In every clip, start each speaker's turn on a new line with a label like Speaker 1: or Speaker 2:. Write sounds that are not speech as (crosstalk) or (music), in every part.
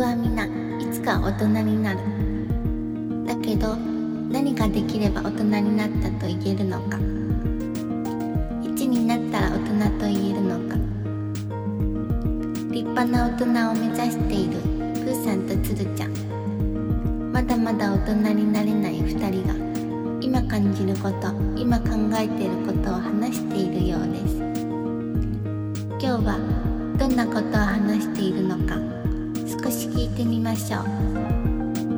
Speaker 1: はみんないつか大人になるだけど何ができれば大人になったと言えるのか1になったら大人と言えるのか立派な大人を目指しているプーさんとつるちゃんまだまだ大人になれない2人が今感じること今考えていることを話しているようです今日はどんなことを話しているのか少し聞いてみましょう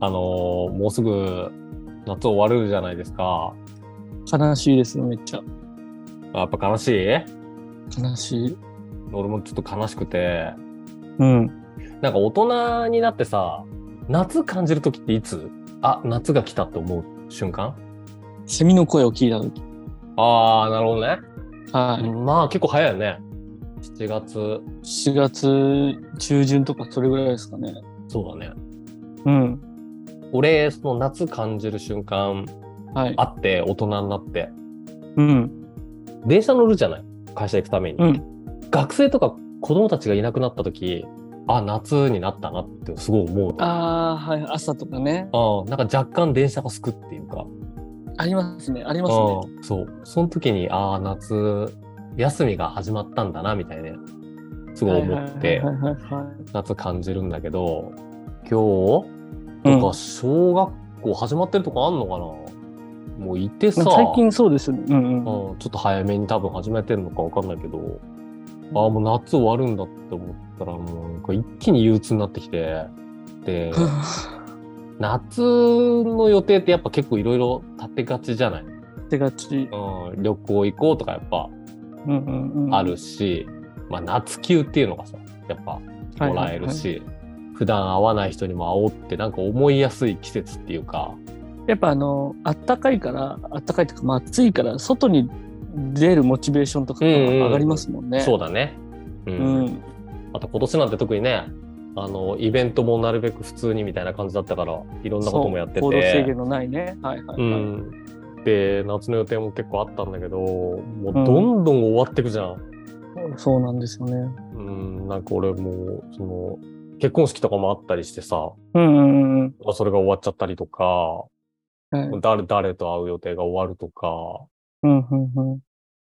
Speaker 2: あのーもうすぐ夏終わるじゃないですか。
Speaker 3: 悲しいですよ、めっちゃ。
Speaker 2: あやっぱ悲しい
Speaker 3: 悲しい。
Speaker 2: 俺もちょっと悲しくて。
Speaker 3: うん。
Speaker 2: なんか大人になってさ、夏感じるときっていつあ、夏が来たって思う瞬間
Speaker 3: セミの声を聞いたとき。
Speaker 2: あー、なるほどね。
Speaker 3: はい。
Speaker 2: まあ結構早いよね。7月。
Speaker 3: 7月中旬とかそれぐらいですかね。
Speaker 2: そうだね。
Speaker 3: うん。
Speaker 2: 俺、その夏感じる瞬間
Speaker 3: はい
Speaker 2: あ。って、大人になって。
Speaker 3: うん。
Speaker 2: 電車乗るじゃない会社行くために。
Speaker 3: うん。
Speaker 2: 学生とか子供たちがいなくなったとき、あ、夏になったなってすごい思う。
Speaker 3: ああ、はい。朝とかね。
Speaker 2: ああ、なんか若干電車がすくっていうか。
Speaker 3: ありますね。ありますね。
Speaker 2: うんそう。その時に、ああ、夏、休みが始まったんだな、みたいな、すごい思って
Speaker 3: は、いはいはいはい
Speaker 2: 夏感じるんだけど、今日、
Speaker 3: うん
Speaker 2: なんか小学校始まってるとこあんのかな、もういてさ、
Speaker 3: なんか最近そうですね。うん
Speaker 2: うん、ち
Speaker 3: うん。
Speaker 2: ょっと早めに多分始めてるのかわかんないけど、ああ、もう夏終わるんだって思ったら、もうなんか一気に憂鬱になってきて、で、夏の予定ってやっぱ結構いろいろ立てがちじゃない
Speaker 3: 手がち。
Speaker 2: うん、旅行行こうとかやっぱ
Speaker 3: うんうんうん。
Speaker 2: あるし、まあ、夏休っていうのがさやっぱ
Speaker 3: はい
Speaker 2: も
Speaker 3: はいはい
Speaker 2: らえるし、普段会わない人にも会おうってなんか思いやすい季節っていうか
Speaker 3: やっぱあの、あったかいから、あったかいというか、まあ暑いから、外に出るモチベーションとかが上がりますもんね。
Speaker 2: そううだね、う
Speaker 3: だ
Speaker 2: ん
Speaker 3: うん。
Speaker 2: あと今年なんて特にねあのイベントもなるべく普通にみたいな感じだったからいろんなこともやってて
Speaker 3: そう行動制限のないね。はいはい、はい
Speaker 2: うん、で夏の予定も結構あったんだけどもうどんどん終わってくじゃん、
Speaker 3: そうなんですよね。
Speaker 2: うん、なんか俺もうその結婚式とかもあったりしてさ、
Speaker 3: うんうんうん
Speaker 2: まあそれが終わっちゃったりとか、
Speaker 3: うん。はい
Speaker 2: 誰、誰と会う予定が終わるとか、も
Speaker 3: うんう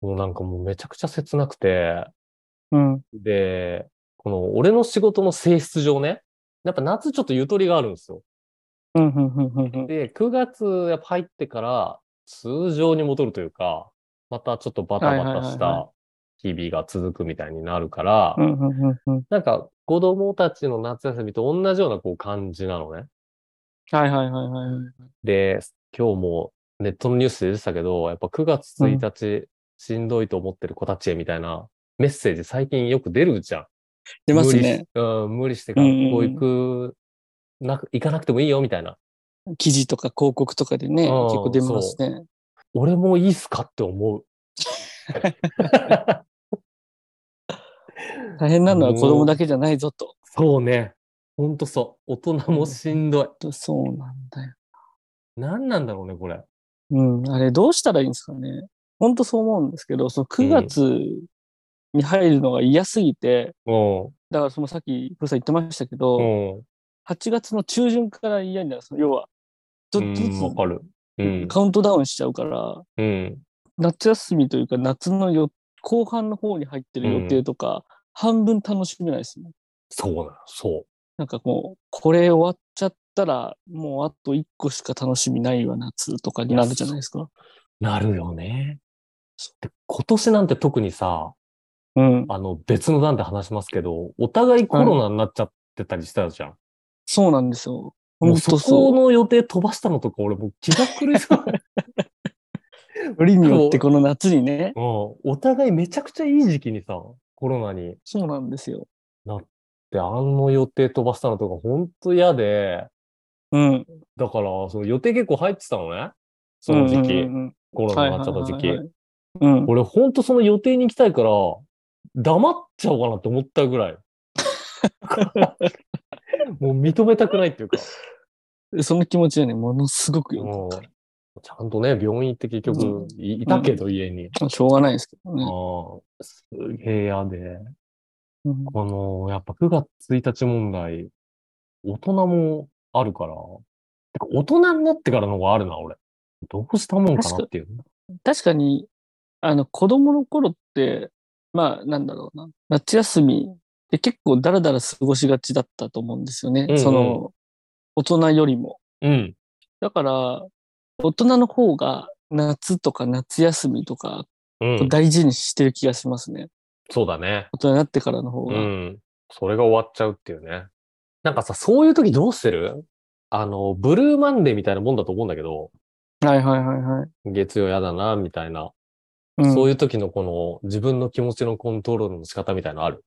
Speaker 3: ん
Speaker 2: うなんかもうめちゃくちゃ切なくて、
Speaker 3: うん。うん。
Speaker 2: で、この俺の仕事の性質上ね、やっぱ夏ちょっとゆとりがあるんですよ。
Speaker 3: うんうんうんうんうん。
Speaker 2: で、9月やっぱ入ってから通常に戻るというか、またちょっとバタバタし
Speaker 3: はいはいはい
Speaker 2: た日々が続くみたいになるから
Speaker 3: う、んうんうんうん。
Speaker 2: なんか子供たちの夏休みと同じようなこう感じなのね。
Speaker 3: はいはいはいはいはい。
Speaker 2: で、今日もネットのニュースで出てたけど、やっぱ9月1日、しんどいと思ってる子たちへみたいなメッセージ最近よく出るじゃん。
Speaker 3: 出ますね。
Speaker 2: 無理,、うん、無理して
Speaker 3: う
Speaker 2: 学
Speaker 3: んうん
Speaker 2: 校行く、な行かなくてもいいよみたいな。
Speaker 3: 記事とか広告とかでね、結
Speaker 2: うん
Speaker 3: 構出ますね。
Speaker 2: 俺もいいっすかって思
Speaker 3: (laughs)
Speaker 2: う。
Speaker 3: 大変なのは子供だけじゃないぞと。
Speaker 2: そうね。ほんとそう。大人もしんどい。
Speaker 3: そうなんだよ。
Speaker 2: 何なんだろうね、これ。
Speaker 3: うん。あれどうしたらいいんですかね。ほんとそう思うんですけど、その9月に入るのが嫌すぎて、
Speaker 2: う
Speaker 3: だからそのさっき、プロさん言ってましたけど、
Speaker 2: ん。うん。
Speaker 3: 8月の中旬から嫌になるんですよ。要は、ちょっとず
Speaker 2: うんわかる。うん
Speaker 3: つ。カウントダウンしちゃうから、
Speaker 2: うん。
Speaker 3: 夏休みというか夏のよ後半の方に入ってる予定とか、半分楽しめないですね。
Speaker 2: そうなの。そう。
Speaker 3: なんかもう、これ終わっちゃったら、もうあと1個しか楽しみないわ、夏とかになるじゃないですか。
Speaker 2: なるよね。で今年なんて特にさ、
Speaker 3: うん。
Speaker 2: あの別の段で話しますけど、お互いコロナになっちゃってたりしたじゃん。
Speaker 3: そうなんですよ。
Speaker 2: も
Speaker 3: 本
Speaker 2: うそ
Speaker 3: 当
Speaker 2: こ
Speaker 3: そう。
Speaker 2: の予定飛ばしたのとか俺もう気が狂い
Speaker 3: (laughs)
Speaker 2: そう。うん
Speaker 3: よりによってこの夏にね。
Speaker 2: お互いめちゃくちゃいい時期にさ、コロナに。
Speaker 3: そうなんですよ。
Speaker 2: で、あの予定飛ばしたのとかほんと嫌で、
Speaker 3: うん。
Speaker 2: だからその予定結構入ってたのね。その時期。
Speaker 3: うんうん
Speaker 2: コ
Speaker 3: うん
Speaker 2: ロナになっちゃった時期。
Speaker 3: はいはいはいはい (laughs) うん。
Speaker 2: 俺ほんとその予定に行きたいから、黙っちゃおうかなって思ったぐら
Speaker 3: (laughs)
Speaker 2: い。もう認めたくないっていうか。
Speaker 3: その気持ちはね、ものすごくよ
Speaker 2: もうちゃんとね、病院行って結局
Speaker 3: う
Speaker 2: い,、たけど家に。
Speaker 3: く。しょうがないですけどね。
Speaker 2: あすげえ嫌で、
Speaker 3: うん
Speaker 2: この、やっぱ9月1日問題、大人もあるから、てか大人になってからの方があるな、俺。どうしたもんかなっていう。
Speaker 3: 確かに、あの、子供の頃って、まあ、なんだろうな、夏休みって結構だらだら過ごしがちだったと思うんですよね。
Speaker 2: うんうん
Speaker 3: その、大人よりも。
Speaker 2: うん。
Speaker 3: だから、大人の方が夏とか夏休みとか
Speaker 2: うん。
Speaker 3: 大事にしてる気がしますね。
Speaker 2: そうだね。
Speaker 3: 大人になってからの方
Speaker 2: う
Speaker 3: が。
Speaker 2: ん。それが終わっちゃうっていうね。なんかさ、そういう時どうしてるあの、ブルーマンデーみたいなもんだと思うんだけど、
Speaker 3: はいはいはいはい。
Speaker 2: 月曜やだな、みたいな。
Speaker 3: うん
Speaker 2: そういう時のこの自分の気持ちのコントロールの仕方みたいなのある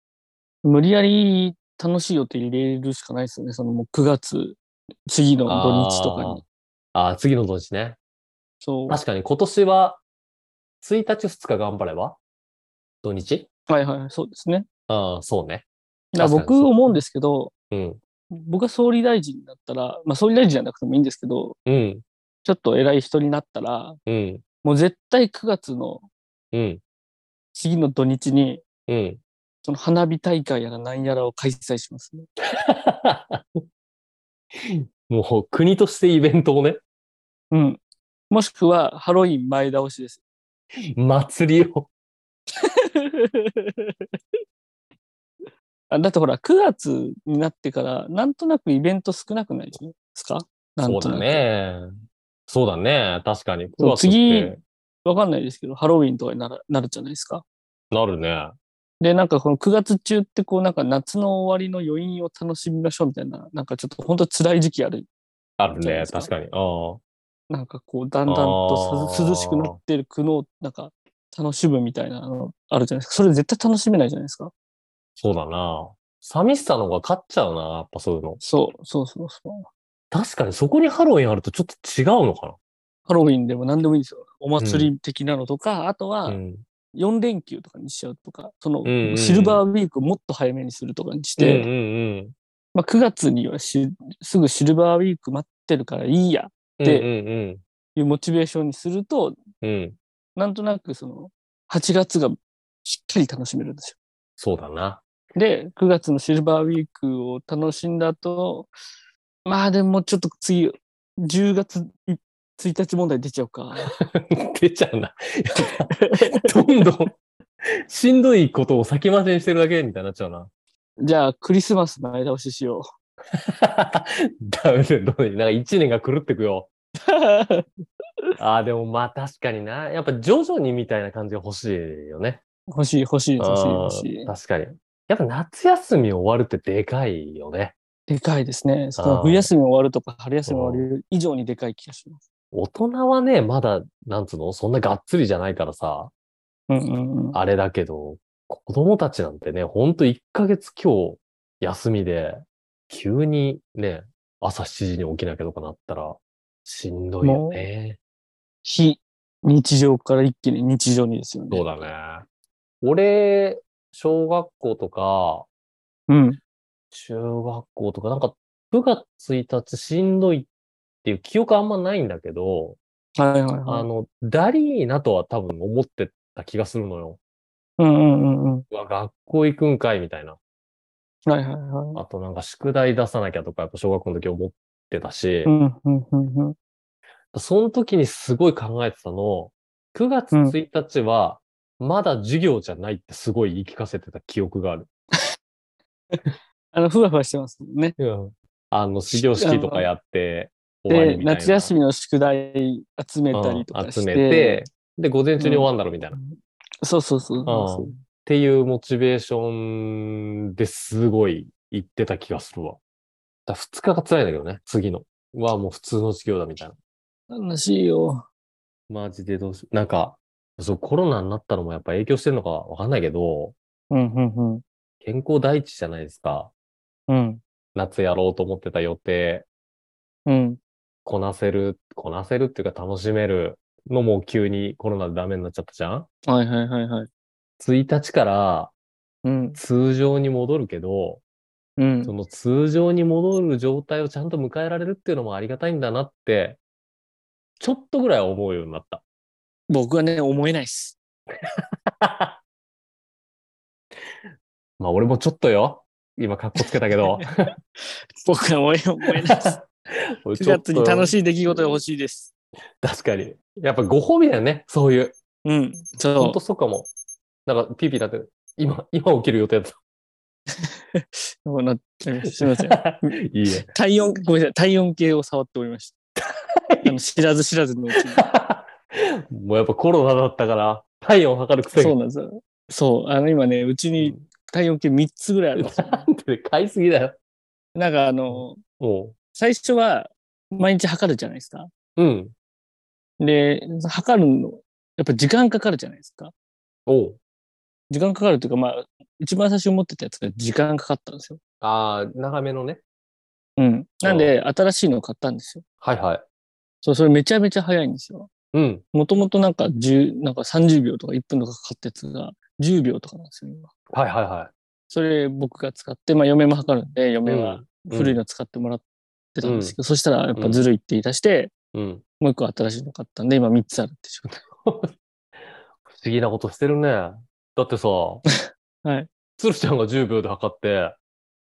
Speaker 3: 無理やり楽しい予定入れるしかないですよね。そのもう9月、次の土日とかに。
Speaker 2: あーあー、次の土日ね。
Speaker 3: そう。
Speaker 2: 確かに今年は、1日2日頑張れば土日
Speaker 3: はいはい、そうですね。
Speaker 2: ああ、そうね。
Speaker 3: だから
Speaker 2: 確かに
Speaker 3: 僕
Speaker 2: そう
Speaker 3: 思うんですけど、
Speaker 2: うん。
Speaker 3: 僕が総理大臣だったら、まあ総理大臣じゃなくてもいいんですけど、
Speaker 2: うん。
Speaker 3: ちょっと偉い人になったら、
Speaker 2: うん。
Speaker 3: もう絶対9月の
Speaker 2: うん。
Speaker 3: 次の土日に、 (laughs)
Speaker 2: うん。
Speaker 3: その花火大会やら何やらを開催しますね。
Speaker 2: もう国としてイベントをね、
Speaker 3: うん。もしくは、ハロウィン前倒しです。 (laughs)
Speaker 2: 祭りを。
Speaker 3: あだってほら、9月になってから、なんとなくイベント少なくないですかなん
Speaker 2: そう
Speaker 3: とな
Speaker 2: だ
Speaker 3: く。
Speaker 2: ね。そうだね。確かに。
Speaker 3: そう
Speaker 2: 9月って
Speaker 3: わかんないですけど、ハロウィンとかになるなるじゃないですか。
Speaker 2: なるね。
Speaker 3: で、なんかこの9月中ってこうなんか夏の終わりの余韻を楽しみましょうみたいな、なんかちょっと本当辛い時期ある。
Speaker 2: ある
Speaker 3: そうで
Speaker 2: ね。
Speaker 3: すか
Speaker 2: 確かに。あ
Speaker 3: なんかこうだんだんと
Speaker 2: あ
Speaker 3: 涼
Speaker 2: ー
Speaker 3: 涼しくなってる苦悩、なんか楽しむみたいなのあるじゃないですか。それ絶対楽しめないじゃないですか。
Speaker 2: そうだな。寂しさの方が勝っちゃうな。やっぱそういうの。
Speaker 3: そう、そうそうそう。
Speaker 2: 確かにそこにハロウィンあるとちょっと違うのか
Speaker 3: ハロウィンでも何でもいいんですよ。お祭り的なのとか、あと
Speaker 2: な。う
Speaker 3: は
Speaker 2: ん。
Speaker 3: 4連休とかにしちゃうとか、その
Speaker 2: んうんうん
Speaker 3: シルバーウィークをもっと早めにするとかにし
Speaker 2: うん
Speaker 3: て、
Speaker 2: うん
Speaker 3: まあ、9月にはしすぐシルバーウィーク待ってるからいいや、
Speaker 2: うん。
Speaker 3: で
Speaker 2: うんうん
Speaker 3: いうモチベーションにすると、
Speaker 2: うん。うん。
Speaker 3: なんとなくその、8月がしっかり楽しめるんです
Speaker 2: そうだ
Speaker 3: (laughs)
Speaker 2: な。
Speaker 3: よ。で、9月のシルバーウィークを楽しんだ後、まあでもちょっと次、10月1日問題出ちゃうか。 (laughs)
Speaker 2: 出ちゃうな。 (laughs) どんどん、 (laughs) しんどいことを先回しにしてるだけみたいになっちゃうな。
Speaker 3: じゃあクリスマス前倒ししよ
Speaker 2: ダメだよ、どうなんか一年が狂ってくよ。
Speaker 3: う。
Speaker 2: ああ、でもまあ確かにな。やっぱ徐々にみたいな感じが欲しいよね。
Speaker 3: 欲しい欲しい欲しい欲し
Speaker 2: う
Speaker 3: い
Speaker 2: ん。確かに。やっぱ夏休み終わるってでかいよね。
Speaker 3: でかいですね。そ
Speaker 2: あー
Speaker 3: の冬休み終わるとか春休み終わる以上にでかい気がします。
Speaker 2: 大人はね、まだ、なんつうのそんながっつりじゃないからさ、
Speaker 3: うんうんうん。
Speaker 2: あれだけど、子供たちなんてね、ほんと1ヶ月今日休みで、急にね、朝7時に起きなきゃとかなったら、しんどいよね。
Speaker 3: 非日常から一気に日常にですよね。
Speaker 2: そうだね。俺、小学校とか、
Speaker 3: うん。
Speaker 2: 中学校とか、なんか、9月1日しんどいっていう記憶あんまないんだけど、
Speaker 3: はいはい
Speaker 2: あ
Speaker 3: はい。
Speaker 2: の、ダリーなとは多分思ってた気がするのよ。
Speaker 3: うんうんうんうん。
Speaker 2: うわ、学校行くんかいみたいな。
Speaker 3: はいはいは
Speaker 2: あとなんか宿題出さなきゃとか、やっぱ小学校の時思ってたし、
Speaker 3: い。うんうんうんうん。
Speaker 2: その時にすごい考えてたの、9月
Speaker 3: うん
Speaker 2: 1日は、まだ授業じゃないってすごい言い聞かせてた記憶がある。
Speaker 3: あの、ふわふわしてますもんね。
Speaker 2: あの、始業式とかやって、終わり
Speaker 3: で、
Speaker 2: みたいな。
Speaker 3: 夏休みの宿題集めたりと
Speaker 2: うん
Speaker 3: かして。
Speaker 2: 集めて、で、午前中に終わんだろみたいな。っ
Speaker 3: そうそうそうそう。
Speaker 2: ていうモチベーションですごい言ってた気がするわ。だ2日が辛いんだけどね、次の。はもう普通の授業だみたいな。
Speaker 3: 楽しいよ。
Speaker 2: マジでどうしなんか、そう、コロナになったのもやっぱ影響してるのかわかんないけど、
Speaker 3: うんうん
Speaker 2: 健康第一じゃないですか。
Speaker 3: うん。うん。
Speaker 2: 夏やろうと思ってた予定、
Speaker 3: うん。
Speaker 2: こなせる、こなせるっていうか楽しめるのも急にコロナでダメになっちゃったじゃん
Speaker 3: はいはいはいはい。
Speaker 2: ?1 日から
Speaker 3: うん。
Speaker 2: 通常に戻るけど、
Speaker 3: うん
Speaker 2: そ。の通常に戻る状態をちゃんと迎えられるっていうのもありがたいんだなって、ちょっとぐらいは思うようになった。
Speaker 3: 僕はね、思えないっす。
Speaker 2: (laughs) まあ俺もちょっとよ。今かっこつけたけ
Speaker 3: (laughs)
Speaker 2: ど。
Speaker 3: 僕は思い思います。
Speaker 2: 俺 (laughs)
Speaker 3: 9
Speaker 2: ちょっ
Speaker 3: 月
Speaker 2: と
Speaker 3: に楽しい出来事が欲しいです。
Speaker 2: 確かに。やっぱご褒美だよね。そういう。
Speaker 3: うん、
Speaker 2: ほん
Speaker 3: そ
Speaker 2: とそうかも。なんかピーピーだって、今、 (laughs) 今起きる予定だっ
Speaker 3: う。もうなすみません。
Speaker 2: た。いいね。
Speaker 3: (laughs) 体温、ごめんなさい、体温計を触っておりました。あの知らず知らずのうち
Speaker 2: (laughs)
Speaker 3: に。
Speaker 2: (laughs) もうやっぱコロナだったから、体温測る癖が
Speaker 3: そうなんですよ。そう、あの今ね、うちに体温計3つぐらいあるんですよ。
Speaker 2: (laughs) なんで買いすぎだよ。
Speaker 3: なんかあの、
Speaker 2: も
Speaker 3: 最初は毎日測るじゃないですか。
Speaker 2: う。うん。
Speaker 3: で、測るの、やっぱ時間かかるじゃないですか。
Speaker 2: おう。
Speaker 3: 時間かかるというか、まあ、一番最初に持ってたやつが時間かかったんですよ。
Speaker 2: ああ、長めのね。
Speaker 3: うん。なんで、新しいのを買ったんですよ。
Speaker 2: はいはい。
Speaker 3: そう、それめちゃめちゃ早いんですよ。
Speaker 2: うん。
Speaker 3: もともとなんか10、なんか30秒とか1分とかかかったやつが10秒とかなんですよ、今。
Speaker 2: はいはいは
Speaker 3: それ僕が使って、まあ嫁も測るんで、
Speaker 2: い。
Speaker 3: 嫁は
Speaker 2: うん
Speaker 3: 古いの使ってもらってたんですけど、そしたらやっぱずるいって言い出して、
Speaker 2: うん。
Speaker 3: もう一個新しいの買ったんで、今3つあるって状態。
Speaker 2: 不思議なことしてるね。だってさ、
Speaker 3: はい。
Speaker 2: 鶴ちゃんが10秒で測って、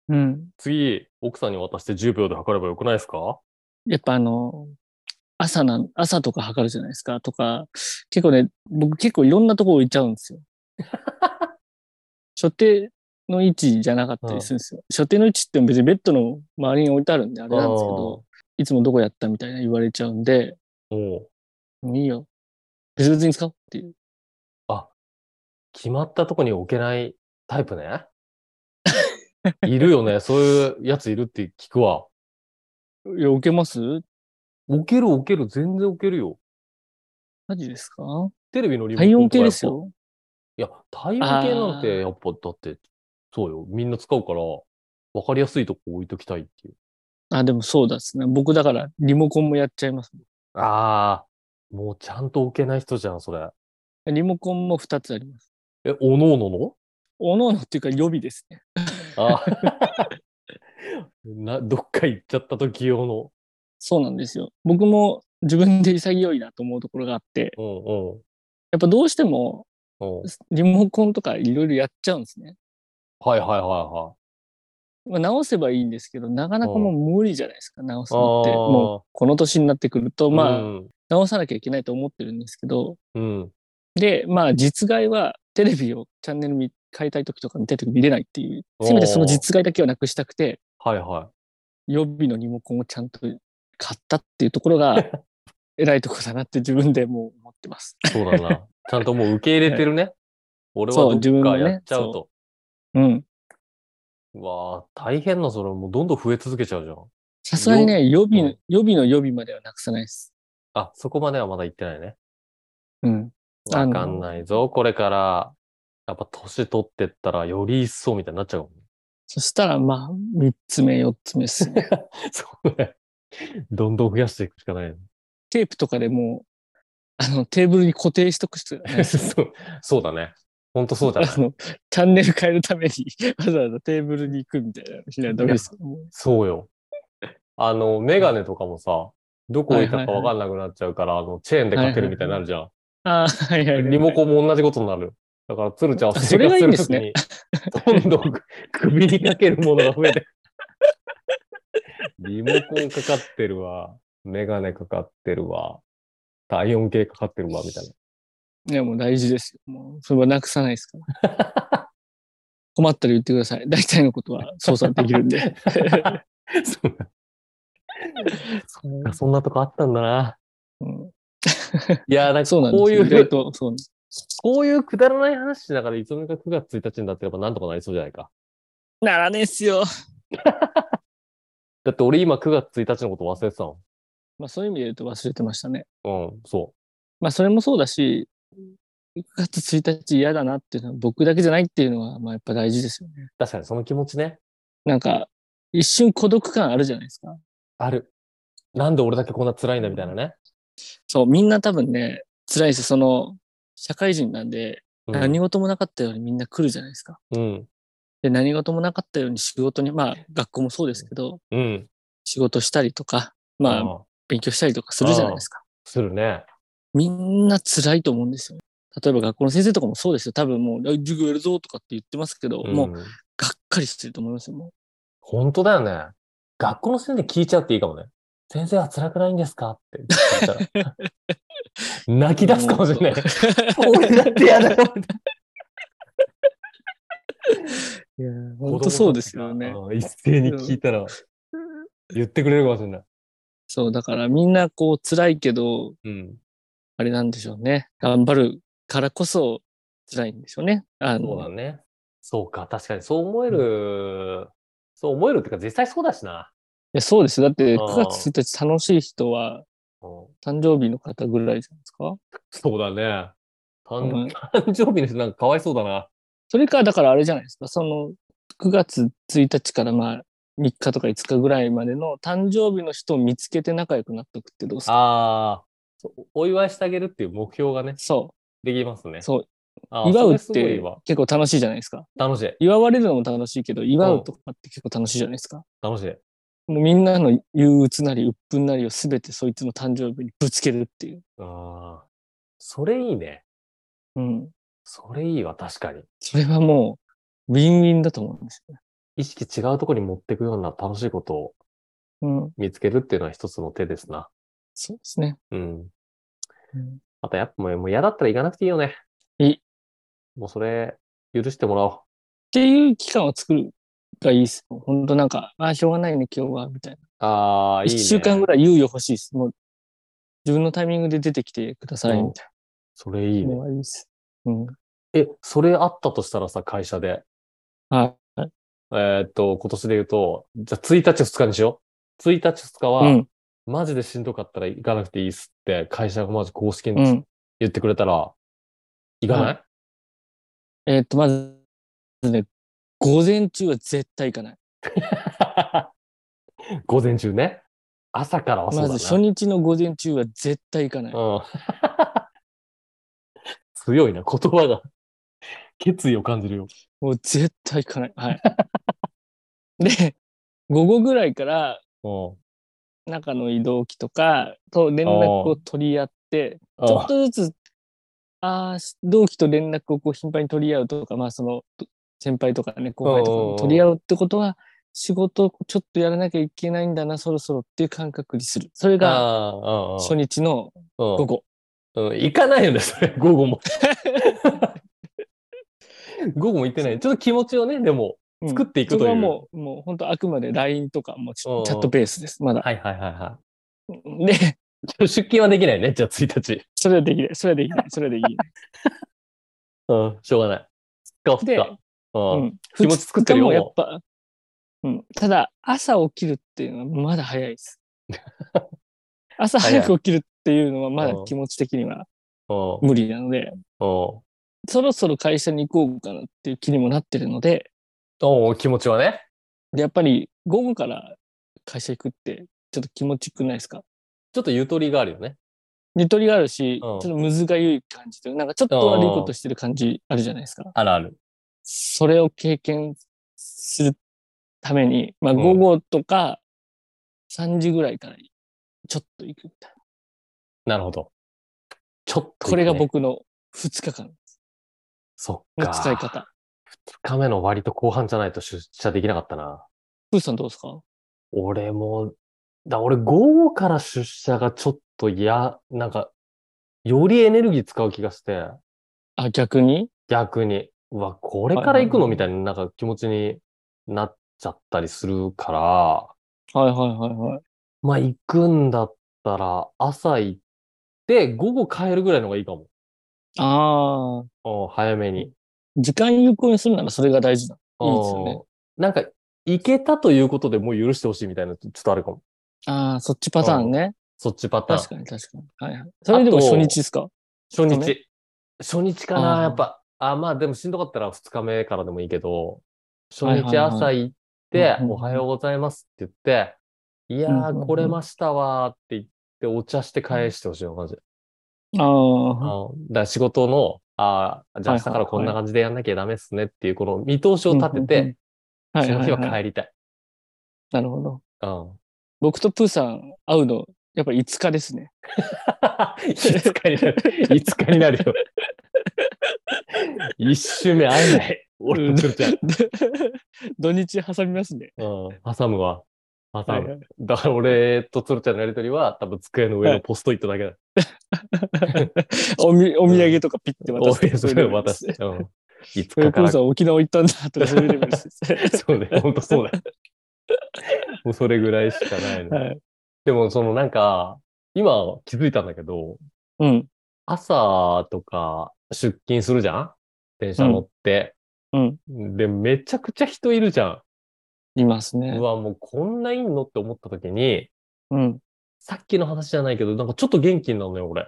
Speaker 3: うん。
Speaker 2: 次、奥さんに渡して10秒で測ればよくないですか
Speaker 3: やっぱあの、朝な、朝とか測るじゃないですか、とか、結構ね、僕結構いろんなとこ置いちゃうん
Speaker 2: (laughs)
Speaker 3: ですよ。所定の位置じゃなかったりするんですよ。所定の位置って別にベッドの周りに置いてあるんで、あれなんですけど、いつもどこやったみたいな言われちゃうんで、
Speaker 2: あーもう、
Speaker 3: もういいよ。別々に使おうっていう。
Speaker 2: 決まったとこに置けないタイプね。 (laughs) いるよね。そういうやついるって聞くわ。
Speaker 3: いや、置けます
Speaker 2: 置ける置ける、全然置けるよ。
Speaker 3: マジですか
Speaker 2: テレビのリモコン
Speaker 3: 体温
Speaker 2: とか
Speaker 3: 計
Speaker 2: やっぱ
Speaker 3: です。よ。
Speaker 2: いや、体温計なんて、やっぱ、だって、そうよ。みんな使うから、わかりやすいとこ置いときたいっていう。
Speaker 3: あ、でもそうだですね。僕だからリモコンもやっちゃいます。
Speaker 2: ああ、もうちゃんと置けない人じゃん、それ。
Speaker 3: リモコンも2つあります。
Speaker 2: え、おのおのの
Speaker 3: おのおのっていうか予備ですね。
Speaker 2: あー (laughs) な、どっか行っちゃった時用の。
Speaker 3: そうなんですよ。僕も自分で潔いなと思うところがあって、
Speaker 2: うん
Speaker 3: やっぱどうしても
Speaker 2: うん。うん、
Speaker 3: リモコンとかいろいろやっちゃうんですね。
Speaker 2: はいはいはいはい。
Speaker 3: まあ、直せばいいんですけど、なかなかもう無理じゃないですか、直す
Speaker 2: あ
Speaker 3: のって。もう
Speaker 2: あ
Speaker 3: この年になってくると、
Speaker 2: ー、う
Speaker 3: まあ、
Speaker 2: ん。
Speaker 3: 直さなきゃいけないと思ってるんですけど、
Speaker 2: うん、
Speaker 3: で、まあ、実害はテレビをチャンネル見変えたい時とか見たい時見れないっていう、せめてその実害だけはなくしたくて、
Speaker 2: はいは
Speaker 3: 予備のリモコンをちゃんと買ったっていうところが、
Speaker 2: (laughs)
Speaker 3: 偉いとこだなって自分でもう思ってます。
Speaker 2: い。そうだな。ちゃんともう受け入れてる
Speaker 3: (laughs)
Speaker 2: ね。俺
Speaker 3: そう
Speaker 2: は
Speaker 3: 自
Speaker 2: どっ
Speaker 3: 分
Speaker 2: か
Speaker 3: のね
Speaker 2: やっちゃうと。
Speaker 3: うん。
Speaker 2: うわあ、大変な、それ。もうどんどん増え続けちゃうじゃん。
Speaker 3: さすがにね、予備
Speaker 2: う
Speaker 3: の
Speaker 2: ん、
Speaker 3: 予備の予備まではなくさないです。
Speaker 2: あ、そこまではまだ行ってないね。
Speaker 3: うん。あ
Speaker 2: わ
Speaker 3: の
Speaker 2: かんないぞ、これから。やっぱ年取ってったらより一層みたいになっちゃうもんね。 (laughs)
Speaker 3: そしたら、まあ、三つ目、四つ目ですね。
Speaker 2: そうね。どんどん増やしていくしかない (laughs) よね。
Speaker 3: テープとかでもう、あの、テーブルに固定しとく必要
Speaker 2: (laughs)
Speaker 3: ないです
Speaker 2: そうそうだね。ほんとそうだね (laughs)
Speaker 3: あ。の、チャンネル変えるために、 (laughs) わざわざテーブルに行くみたいなのしないとダメですよ。もう
Speaker 2: そうよ。あの、メガネとかもさ、どこ置いたかわかんなくなっちゃうから、あの、チェーンでかけるみたいになるじゃん。
Speaker 3: ああ、はいはいはい。
Speaker 2: リモコンも同じことになる。だから、鶴ちゃんは
Speaker 3: あそれがいいんです
Speaker 2: 生
Speaker 3: ね
Speaker 2: 活するときに、どんどん首にかけるものが増え
Speaker 3: (laughs)
Speaker 2: てくる。リモコンかかってるわ。メガネかかってるわ。体温計かかってるわ、みたい
Speaker 3: いや、もう大事ですよ。もう、それはなくさないですから。
Speaker 2: (laughs) な。
Speaker 3: 困ったら言ってください。大体のことは操作できるんで。
Speaker 2: そうか (laughs) そんなとこあったんだな。
Speaker 3: うん
Speaker 2: いや、なん
Speaker 3: そう
Speaker 2: か
Speaker 3: なんです
Speaker 2: こうい
Speaker 3: よ意外
Speaker 2: う、
Speaker 3: と、そうなんです
Speaker 2: こういうくだらない話しながらいつの間にか9月1日になってればなんとかなりそうじゃないか。
Speaker 3: ならねえっすよ。
Speaker 2: だって俺今9月1日のこと忘れてたも
Speaker 3: まあ、そういう意味で言うと忘れてましたね。
Speaker 2: ん。うん、そう。
Speaker 3: まあ、それもそうだし、9月1日嫌だなっていうのは僕だけじゃないっていうのは、まあ、やっぱ大事ですよね。
Speaker 2: 確かにその気持ちね。
Speaker 3: なんか、一瞬孤独感あるじゃないですか。
Speaker 2: ある。なんで俺だけこんな辛いんだみたいなね。
Speaker 3: そう、みんな多分ね、辛いし、その、社会人なんで、
Speaker 2: うん
Speaker 3: 何事もなかったようにみんな来るじゃないですか。
Speaker 2: うん。
Speaker 3: で、何事もなかったように仕事に、まあ、学校もそうですけど、
Speaker 2: うん。
Speaker 3: 仕事したりとか、まあ、
Speaker 2: あ、
Speaker 3: 勉強したりとかするじゃないですか。
Speaker 2: するね。
Speaker 3: みんな辛いと思うんですよ。例えば学校の先生とかもそうですよ。多分もう、来授業やるぞとかって言ってますけど、もう、
Speaker 2: ん
Speaker 3: がっかりしてると思いますよ。も
Speaker 2: 本当だよね。学校の先生に聞いちゃっていいかもね。先生は辛くないんですかって聞い
Speaker 3: (laughs)
Speaker 2: たら。泣き出すかもしれない。 (laughs) 俺だってやだよ。
Speaker 3: う。いやー、本当そうですよね。
Speaker 2: うん。一斉に聞いたら言ってくれるかもしれない。
Speaker 3: そう、だからみんなこう、辛いけど、
Speaker 2: うん。
Speaker 3: あれなんでしょうね。頑張るからこそ辛いんでしょうね。あ
Speaker 2: そうだ
Speaker 3: の、
Speaker 2: ね。そうか、確かに。そう思える、そう思えるっていうか、実際そうだしな。
Speaker 3: いやそうです。だっ
Speaker 2: あ
Speaker 3: て
Speaker 2: ー
Speaker 3: 9月1日楽しい人は
Speaker 2: うん
Speaker 3: 誕生日の方ぐらいじゃないですか。
Speaker 2: そうだね。誕
Speaker 3: うん
Speaker 2: 誕生日の人なんかかわいそうだな。
Speaker 3: それか、だからあれじゃないですか。その9月1日からまあ3日とか5日ぐらいまでの誕生日の人を見つけて仲良くなっておくってどうですか
Speaker 2: ああ、そうお祝いしてあげるっていう目標がね、
Speaker 3: そ
Speaker 2: できますね
Speaker 3: う、。そう。
Speaker 2: あー
Speaker 3: 祝うっ
Speaker 2: それすごい
Speaker 3: て
Speaker 2: わ
Speaker 3: 結構楽しいじゃないですか。
Speaker 2: 楽しい。
Speaker 3: 祝われるのも楽しいけど、祝うとかって結構楽しいじゃないですか。
Speaker 2: 楽しい。
Speaker 3: もうみんなの憂鬱なり鬱憤なりをすべてそいつの誕生日にぶつけるっていう。
Speaker 2: ああ。それいいね。
Speaker 3: うん。
Speaker 2: それいいわ、確かに。
Speaker 3: それはもう、ウィンウィンだと思うんですよね。
Speaker 2: 意識違うところに持っていくような楽しいことを
Speaker 3: うん。
Speaker 2: 見つけるっていうのは一つの手ですな。
Speaker 3: そうですね。
Speaker 2: うん。
Speaker 3: うん
Speaker 2: あと、やっぱもうもう嫌だったら行かなくていいよね。
Speaker 3: いい
Speaker 2: もうそれ、許してもらおう。
Speaker 3: っていう期間を作るがいいです。本当なんか、ああ、しょうがないね、今日は、みたいな。
Speaker 2: ああ、いい、
Speaker 3: 一、
Speaker 2: ね。
Speaker 3: 週間ぐ
Speaker 2: らい。
Speaker 3: らい猶予欲しいです。もう、自分のタイミングで出てきてください、みたい
Speaker 2: それいい
Speaker 3: なの
Speaker 2: ね。
Speaker 3: がいいです。うん。
Speaker 2: え、それあったとしたらさ、会社で。
Speaker 3: は
Speaker 2: えーっと、今年で言うと、じゃあ1日2日にしよう。1日2日は、
Speaker 3: い。うん。
Speaker 2: マジでしんどかったら行かなくていいっすって、会社がまず公式
Speaker 3: う
Speaker 2: に
Speaker 3: ん。
Speaker 2: 言ってくれたら、行かない、
Speaker 3: はえーっと、まず、ね、午前中は絶対行かない。
Speaker 2: (laughs) 午前中ね。朝からはそう
Speaker 3: ま
Speaker 2: だな。
Speaker 3: ず、初日の午前中は絶対行かない。
Speaker 2: うん。強いな、言葉が。決意を感じるよ。
Speaker 3: もう絶対行かない。はい。 (laughs) で、午後ぐらいから、
Speaker 2: う
Speaker 3: 中の移動機とかと連絡を取り合って、
Speaker 2: ん。
Speaker 3: ちょっとずつ、ああ、同期と連絡をこう頻繁に取り合うとか、まあその先輩とかね、後輩とかも取り合うってことは、仕事をちょっとやらなきゃいけないんだな、そろそろっていう感覚にする。それが
Speaker 2: ああ
Speaker 3: 初日の
Speaker 2: うんうん
Speaker 3: 午後。
Speaker 2: うん行かないよね、それ、午後
Speaker 3: (laughs)
Speaker 2: も。午後も行ってない。ちょっと気持ちをね、でも、
Speaker 3: うん
Speaker 2: 作っていく
Speaker 3: そ
Speaker 2: と
Speaker 3: こ
Speaker 2: いう。
Speaker 3: はもう、もう本当あくまで LINE とかもち
Speaker 2: うんうん
Speaker 3: チャットベースです、まだ。
Speaker 2: はいはいはいは
Speaker 3: で、 (laughs)
Speaker 2: い。ちょっと出勤はできないね、じゃあ1日。
Speaker 3: それはできない、それはできない、それはでき
Speaker 2: (laughs)
Speaker 3: ない。
Speaker 2: うん、しょうがない。使おう
Speaker 3: で、
Speaker 2: う。
Speaker 3: うんん
Speaker 2: 気持ち作ってるよ
Speaker 3: 二日もやっぱ、うん。ただ、朝起きるっていうのはまだ早
Speaker 2: (laughs)
Speaker 3: いです。朝早く起きるっていうのはまだ
Speaker 2: うん
Speaker 3: 気持ち的には
Speaker 2: うん。
Speaker 3: 無理なので、
Speaker 2: うん。
Speaker 3: そろそろ会社に行こうかなっていう気にもなってるので、
Speaker 2: おう気持ちはね。
Speaker 3: でやっぱり午後から会社行くってちょっと気持ちよくないですか
Speaker 2: ちょっとゆとりがあるよね。
Speaker 3: ゆとりがある
Speaker 2: う
Speaker 3: し、
Speaker 2: ん
Speaker 3: ちょっとむずがゆい感じというかなんかちょっと悪いことしてる感じあるじゃないですか。
Speaker 2: あるある。
Speaker 3: それを経験するために、まあ、
Speaker 2: うん
Speaker 3: 午後とか3時ぐらいからちょっと行くみたいな。
Speaker 2: なるほど。ちょっと、
Speaker 3: これが。僕の2日間
Speaker 2: そっ
Speaker 3: の
Speaker 2: か。
Speaker 3: 使い。方。
Speaker 2: 2日目の割と後半じゃないと出社できなかったな。
Speaker 3: プーさんどうですか
Speaker 2: 俺も、だ俺午後から出社がちょっと嫌、なんか、よりエネルギー使う気がして、
Speaker 3: あ、逆に
Speaker 2: 逆に、うわ、これから行くのみたいな、なんか気持ちになっちゃったりするから、
Speaker 3: はいはいはいはい。
Speaker 2: まあ行くんだったら朝行って、午後帰るぐらいの方がいいかも。
Speaker 3: ああ、
Speaker 2: うん、早めに。
Speaker 3: 時間有効にするならそれが大事だ。いいですよね
Speaker 2: うんなんか、行けたということでもう許してほしいみたいな、ちょっとあるかも。
Speaker 3: ああ、そっちパターンね。
Speaker 2: そっちパターン
Speaker 3: 確。かに確かに。はいはい。それでも初日ですか
Speaker 2: 初
Speaker 3: 二日
Speaker 2: 日。初日かな、
Speaker 3: あー
Speaker 2: やっぱ。あ、まあでもしんどかったら2日目からでもいいけど、初
Speaker 3: はいはい
Speaker 2: 日
Speaker 3: はい
Speaker 2: 朝行って
Speaker 3: う、んうんうん
Speaker 2: おはようございますって言って、いや
Speaker 3: うんうんう
Speaker 2: ー、
Speaker 3: ん
Speaker 2: 来れましたわーって言って、お茶して返してほしいよ、マジで。
Speaker 3: あ
Speaker 2: あ
Speaker 3: あ、
Speaker 2: のだから仕事の、あーじゃあ明
Speaker 3: はいはい
Speaker 2: 日からこんな感じでやんなきゃダメっすねっていう、この見通しを立て
Speaker 3: うんうんうん
Speaker 2: て、
Speaker 3: はい
Speaker 2: その
Speaker 3: はい
Speaker 2: 日は
Speaker 3: は
Speaker 2: 帰
Speaker 3: い。
Speaker 2: りたい。
Speaker 3: なるほど。
Speaker 2: うん。
Speaker 3: 僕とプーさん会うの、やっぱ5日ですね。
Speaker 2: (laughs)
Speaker 3: (laughs)
Speaker 2: いつかになる。いつかになるよ。 (laughs) 一周目会えない。俺とつ
Speaker 3: (laughs)
Speaker 2: るちゃん。
Speaker 3: 土日挟みますね。
Speaker 2: うん。挟むわ。挟む。
Speaker 3: はいはい
Speaker 2: だから俺とつるちゃんのやりとりは、多分机の上のポストイットだけだ。
Speaker 3: おみお土産とかピッて渡
Speaker 2: お
Speaker 3: す。
Speaker 2: いそ
Speaker 3: れ
Speaker 2: れを渡して。うん。いつ
Speaker 3: え
Speaker 2: かか
Speaker 3: コウ
Speaker 2: ら
Speaker 3: さん沖縄行ったんだとかそういうレベ
Speaker 2: (laughs)
Speaker 3: ルです
Speaker 2: そう
Speaker 3: (laughs)
Speaker 2: ね、ほんとそうだ。もうそれぐらいしかないの。
Speaker 3: はい。
Speaker 2: でも、そのなんか、今気づいたんだけど、
Speaker 3: うん。
Speaker 2: 朝とか出勤するじゃん電車乗って。
Speaker 3: うん。
Speaker 2: で、めちゃくちゃ人いるじゃ
Speaker 3: います
Speaker 2: ん。
Speaker 3: ね
Speaker 2: う。わ、もうこんないんのって思った時に、
Speaker 3: うん。
Speaker 2: さっきの話じゃないけど、なんかちょっと元気になるのよ、俺。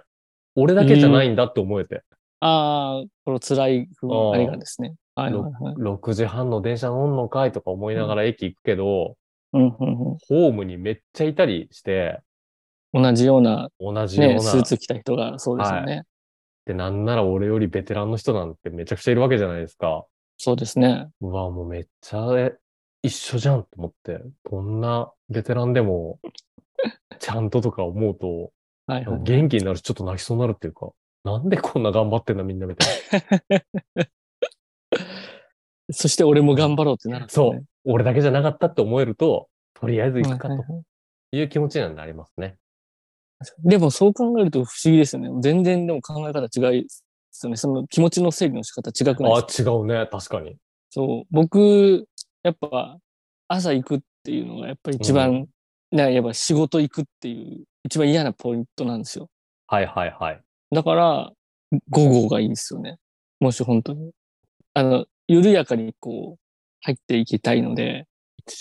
Speaker 2: 俺だけじゃないんだって思えて。
Speaker 3: ああ、この辛い不
Speaker 2: あー
Speaker 3: 安、あれがですね。はいはいはい。
Speaker 2: 6時半の電車乗んのかいとか思いながら駅行くけど、
Speaker 3: うんうん
Speaker 2: ホームにめっちゃいたりして、
Speaker 3: うん、同じような、
Speaker 2: 同じよう
Speaker 3: ね、
Speaker 2: な。
Speaker 3: スーツ着た人がそうですよね。
Speaker 2: で、なんなら俺よりベテランの人なんてめちゃくちゃいるわけじゃないですか。
Speaker 3: そうですね。
Speaker 2: うわ、もうめっちゃえ一緒じゃんと思って、こんなベテランでも、ちゃんととか思うと、
Speaker 3: はいはい。
Speaker 2: 元気になるし、ちょっと泣きそうになるっていうか、なんでこんな頑張ってんだみんな (laughs) みたい
Speaker 3: そして俺も頑張ろうってなるん
Speaker 2: な。
Speaker 3: ですね、
Speaker 2: そう、俺だけじゃなかったって思えると、とりあえず行くか
Speaker 3: はい
Speaker 2: と
Speaker 3: はいはい
Speaker 2: いう気持ちにはなりますね。
Speaker 3: でもそう考えると不思議ですよね。全然でも考え方違いですよね。その気持ちの整理の仕方違くないです
Speaker 2: あ
Speaker 3: か
Speaker 2: 違うね。確かに。
Speaker 3: そう。僕、やっぱ朝行くっていうのがやっぱり一番、ね、やっぱ仕事行くっていう一番嫌なポイントなんですよ。
Speaker 2: はいはいはい。
Speaker 3: だから、午後がいいですよね。もし本当に。あの、緩やかにこう、入っていきたいので、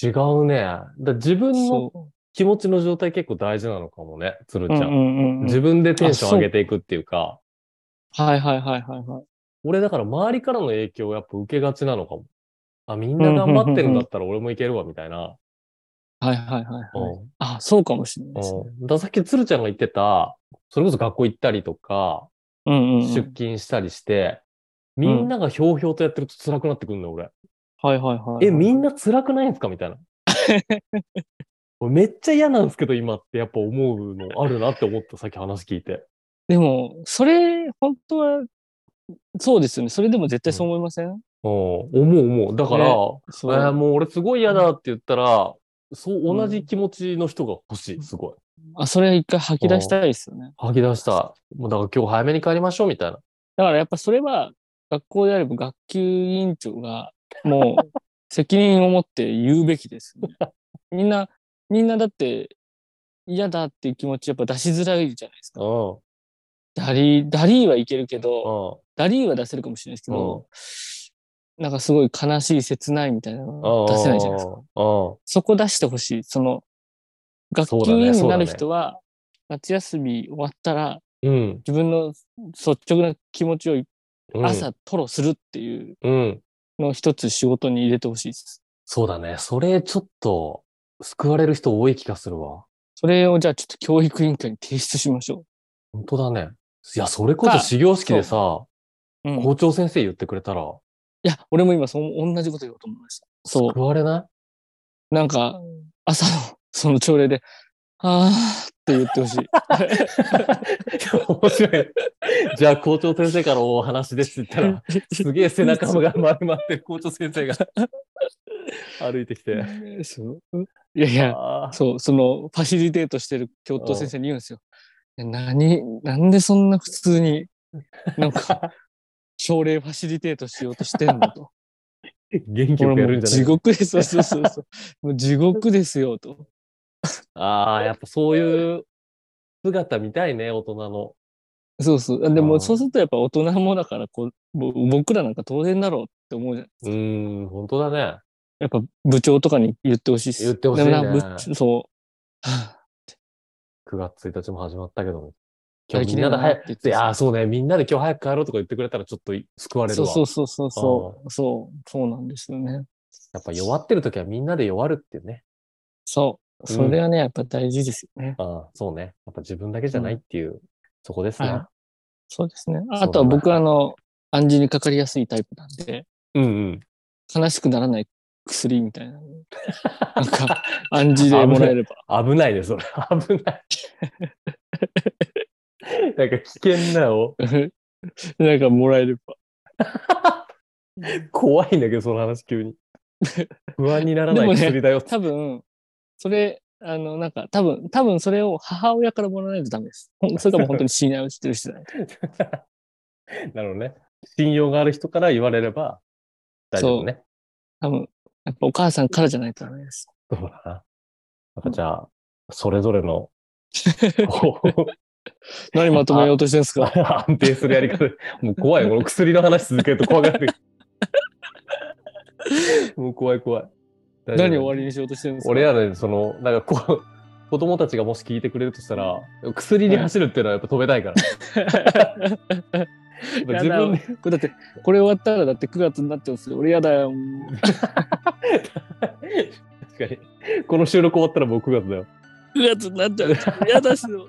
Speaker 2: 違うね。だ自分の
Speaker 3: そ
Speaker 2: 気持ちの状態結構大事なのかもね、つる
Speaker 3: う。
Speaker 2: ちゃ
Speaker 3: うんうんうんうん
Speaker 2: 自分でテンション上げていくっていうか、
Speaker 3: はいはいはいはいはい。
Speaker 2: 俺だから周りからの影響をやっぱ受けがちなのかも。あ、みんな頑張ってるんだったら俺もいけるわ、みたいな。
Speaker 3: はいはいはいはい。
Speaker 2: う
Speaker 3: あ、そうかもしれないですね
Speaker 2: ん。うん。ださっき鶴ちゃんが言ってた、それこそ学校行ったりとか、
Speaker 3: うんうんうん。
Speaker 2: 出勤したりして、みんながひょうひょうとやってると辛くなってくるの、俺。
Speaker 3: はいはいはいはい。
Speaker 2: え、みんな辛くないんすかみ (laughs) たいな。俺めっちゃ嫌なんですけど、今ってやっぱ思うのあるなって思った、さっき話聞いて。
Speaker 3: でも、それ、本当は、そうですよね。それでも絶対そう思いませ
Speaker 2: う
Speaker 3: ん、
Speaker 2: ん、思う思う。だから、
Speaker 3: ねそう。
Speaker 2: えーもう俺すごい嫌だって言ったら、そう、
Speaker 3: うん
Speaker 2: 同じ気持ちの人が欲しい、すごい。
Speaker 3: あ、それは一回吐き出したいですよね。
Speaker 2: 吐き出した。もうだから今日早めに帰りましょうみたいな。
Speaker 3: だからやっぱそれは、学校であれば学級委員長が、もう、責任を持って言うべきですよね、
Speaker 2: (laughs)
Speaker 3: みんな、みんなだって、嫌だっていう気持ちやっぱ出しづらいじゃないですか。
Speaker 2: うん。
Speaker 3: ダリー、ダリーはいけるけ
Speaker 2: う
Speaker 3: ど、
Speaker 2: ん。
Speaker 3: ダリーは出せるかもしれないですけど、なんかすごい悲しい、切ないみたいなのは出せないじゃないですか。
Speaker 2: うん。
Speaker 3: そこ出してほしい。その、
Speaker 2: そ
Speaker 3: 学
Speaker 2: う
Speaker 3: 級
Speaker 2: だね
Speaker 3: 委員に
Speaker 2: そうだ
Speaker 3: な
Speaker 2: ね
Speaker 3: る人は、夏休み終わったら、
Speaker 2: うん。
Speaker 3: 自分の率直な気持ちを
Speaker 2: うん。
Speaker 3: 朝吐露するっていう
Speaker 2: うん。
Speaker 3: のを一つ仕事に入れてほしいです。
Speaker 2: そうだね。それちょっと、救われる人多い気がするわ。
Speaker 3: それをじゃあちょっと教育委員会に提出しましょ
Speaker 2: 本当だね。いや、それこそ始業式でさ、
Speaker 3: う。うん、い
Speaker 2: 校長先生言ってくれたら、
Speaker 3: や、俺も今そう、同じこと言おうと思いました。そ。
Speaker 2: 救われないう
Speaker 3: なんか、朝の、その朝礼で、あーって言ってほしい。 (laughs)
Speaker 2: 面白い。じゃあ校長先生からお話ですって言ったら、すげえ背中が丸まってる校長先生が (laughs) 歩いてきて。
Speaker 3: そういやいや、
Speaker 2: あー
Speaker 3: そう、その、ファシリテートしてる教頭先生に (laughs) 言うんですよ。え何、なんでそんな普通に、なん (laughs) か、朝礼ファシリテートしようとしてんのと。
Speaker 2: 元気よく
Speaker 3: 俺
Speaker 2: や
Speaker 3: も
Speaker 2: るん
Speaker 3: う
Speaker 2: じゃな
Speaker 3: 地
Speaker 2: い
Speaker 3: 獄です。そうそうそうそう。もう地獄ですよ、と。
Speaker 2: ああ、やっぱそういう姿見たいね、大人の。
Speaker 3: そうそう。で
Speaker 2: あー
Speaker 3: も、そうするとやっぱ大人もだからこう、もう僕らなんか当然だろうって思うじゃん。
Speaker 2: うーん、本当だね。
Speaker 3: やっぱ部長とかに言ってほしいっす。
Speaker 2: 言ってほしいね
Speaker 3: でもな部長そう。はあ
Speaker 2: 9月1日も始まったけども。今
Speaker 3: 大
Speaker 2: 日
Speaker 3: 事
Speaker 2: みんな
Speaker 3: だ
Speaker 2: で
Speaker 3: な
Speaker 2: 早
Speaker 3: って
Speaker 2: く、
Speaker 3: 言
Speaker 2: い
Speaker 3: って
Speaker 2: やー、そうね、みんなで今日早く帰ろうとか言ってくれたらちょっと救われる
Speaker 3: そう
Speaker 2: わ。
Speaker 3: そうそうそうそう。そう、そうなんですよね。
Speaker 2: やっぱ弱ってる時はみんなで弱るっていうね。
Speaker 3: そう。それはね、やっぱ大事ですよね。
Speaker 2: ああ、そうね。やっぱ自分だけじゃないっていう、そこです
Speaker 3: は
Speaker 2: な。
Speaker 3: そうですね。
Speaker 2: だな
Speaker 3: あとは僕あの、暗示にかかりやすいタイプなんで、
Speaker 2: うんうん。
Speaker 3: 悲しくならない薬みたいなの。なんか、暗示でもら
Speaker 2: (laughs)
Speaker 3: えれば。
Speaker 2: 危ないね、それ。危
Speaker 3: (laughs)
Speaker 2: ない。なんか危険なを。
Speaker 3: なんかもらえれば。
Speaker 2: 怖いんだけど、その話
Speaker 3: (laughs)
Speaker 2: 急に。不安にならな
Speaker 3: で
Speaker 2: い
Speaker 3: もね
Speaker 2: 薬だよって。
Speaker 3: 多分、それ、あの、なんか、多分、多分それを母親からもらわないとダメです。
Speaker 2: (laughs)
Speaker 3: ほんそれかもう本当に信頼をしてる人じゃない。
Speaker 2: なるほどね。信用がある人から言われれば大丈夫ね。
Speaker 3: 多分、やっぱお母さんからじゃないとダ
Speaker 2: (laughs)
Speaker 3: メです。
Speaker 2: そうだな。なんかじゃあ、それぞれの (laughs) こう
Speaker 3: 何まとめようとしてるんですか
Speaker 2: 安定するやり方。もう怖い。この薬の話続けると怖が
Speaker 3: (laughs)
Speaker 2: ってくる。もう怖い怖い。大丈夫
Speaker 3: (laughs) 何を終わりにしようとしてるんですか
Speaker 2: 俺
Speaker 3: (laughs)
Speaker 2: らで、その、なんかこう、 (laughs) 子供たちがもし聞いてくれるとしたら、薬に走るっていうのはやっぱ止めたいから。やっ
Speaker 3: (laughs)
Speaker 2: ぱ自分で
Speaker 3: これだって、これ終わったらだって9月になっちゃうんですよ。俺やだよ。
Speaker 2: (laughs) 確かに。この収録終わったらもう9月だよ。
Speaker 3: 9月になっちゃう。やだし
Speaker 2: (laughs)
Speaker 3: の。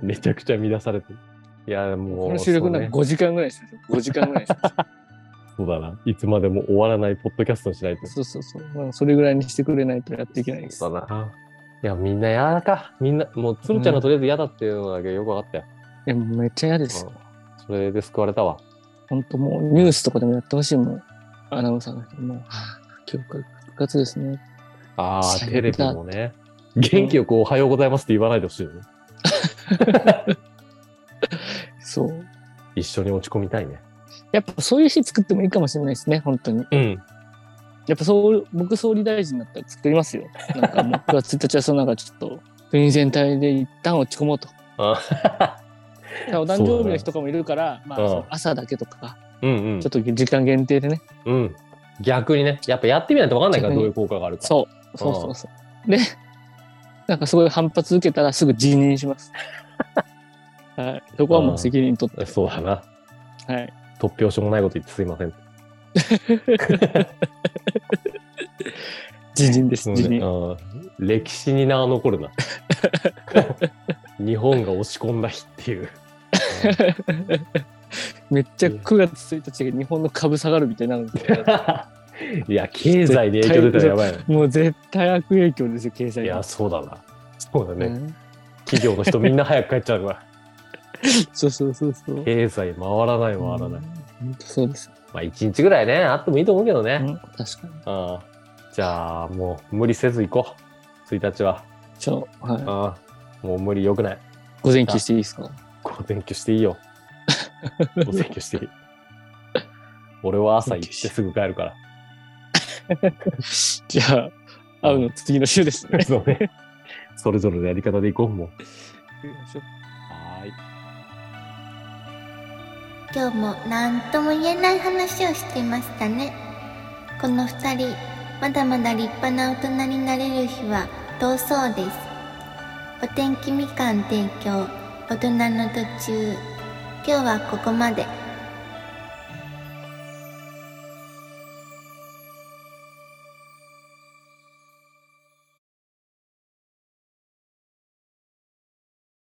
Speaker 2: めちゃくちゃ乱されてる。いや、もう。
Speaker 3: この収
Speaker 2: そ
Speaker 3: 録
Speaker 2: う
Speaker 3: なん
Speaker 2: ね
Speaker 3: か5時間ぐらいしてる。5時間ぐらいして
Speaker 2: (laughs) そうだな。いつまでも終わらないポッドキャストにしないと
Speaker 3: る。。そうそうそう。まあ、それぐらいにしてくれないとやっていけないです。
Speaker 2: そうだな。いや、みんな嫌か。みんな、もう、つるちゃんがとりあえず嫌だっていうのだけよく分かったよ。
Speaker 3: いや、もうめっちゃ嫌です。
Speaker 2: うんそれで救われたわ。
Speaker 3: 本当もうニュースとかでもやってほしいもん。アナウンサーの人も、はあ今日から9月ですね。
Speaker 2: ああ、
Speaker 3: 最
Speaker 2: テ
Speaker 3: 悪
Speaker 2: レ
Speaker 3: だ
Speaker 2: ビもね。元気よくおはようございますって言わないでほしいよね。
Speaker 3: そう。
Speaker 2: 一緒に落ち込みたいね。
Speaker 3: やっぱそういう日作ってもいいかもしれないですね、本当に。
Speaker 2: うん。
Speaker 3: やっぱそう、僕総理大臣だったら作りますよ。なん
Speaker 2: (laughs)
Speaker 3: かもう、9月1日はその中ちょっと、国全体で一旦落ち込もうと。ただ (laughs) お誕生日の人とかもいるから、まあ、
Speaker 2: うん
Speaker 3: その朝だけとか、
Speaker 2: うんうん
Speaker 3: ちょっ。と時間限定でね。
Speaker 2: うん。逆にね、やっぱやってみないと分かんないから、
Speaker 3: 逆
Speaker 2: どう
Speaker 3: に
Speaker 2: いう効果があるか。
Speaker 3: そう、そうそうそう。で、なんかすごい反発受けたらすぐ辞任します。はい。そこはもう責任取って。
Speaker 2: そうだな。
Speaker 3: はい。
Speaker 2: 突拍子もないこと言ってすいません。
Speaker 3: 辞任です、
Speaker 2: そう
Speaker 3: 辞
Speaker 2: ね
Speaker 3: 任。
Speaker 2: うん歴史に名は残るな。日本が押し込んだ日って
Speaker 3: (laughs)
Speaker 2: いう。
Speaker 3: めっちゃ9月1日が日本の株下がるみたいになるんで
Speaker 2: いや、経済に影響出たらやばいな。
Speaker 3: (laughs) もう絶対悪影響ですよ経済
Speaker 2: い
Speaker 3: に
Speaker 2: や、そうだな。そうだね。
Speaker 3: うん
Speaker 2: 企業の人みんな早く帰っちゃう
Speaker 3: (laughs)
Speaker 2: から。
Speaker 3: そうそうそうそう
Speaker 2: 経済回らない回らない。ま
Speaker 3: 本当そうです、
Speaker 2: あ、一日ぐらいね、あってもいいと思うけど
Speaker 3: う
Speaker 2: ね。
Speaker 3: ん、確かに
Speaker 2: うん。じゃあ、もう無理せず行こう。1日は。
Speaker 3: そう、
Speaker 2: うん。
Speaker 3: は
Speaker 2: もう無理よくない。
Speaker 3: い、午前休していいですか
Speaker 2: 午前休していい (laughs) よ。午前休していい。俺は朝行ってすぐ帰るから。
Speaker 3: じゃあ会うの次の週
Speaker 2: (laughs)
Speaker 3: ですね
Speaker 2: そうね。それぞれのやり方でいこう、もう。はーい。
Speaker 1: 今日も何とも言えない話をしていましたねこの2人まだまだ立派な大人になれる日は遠そうですお天気みかん提供大人の途中今日はここまで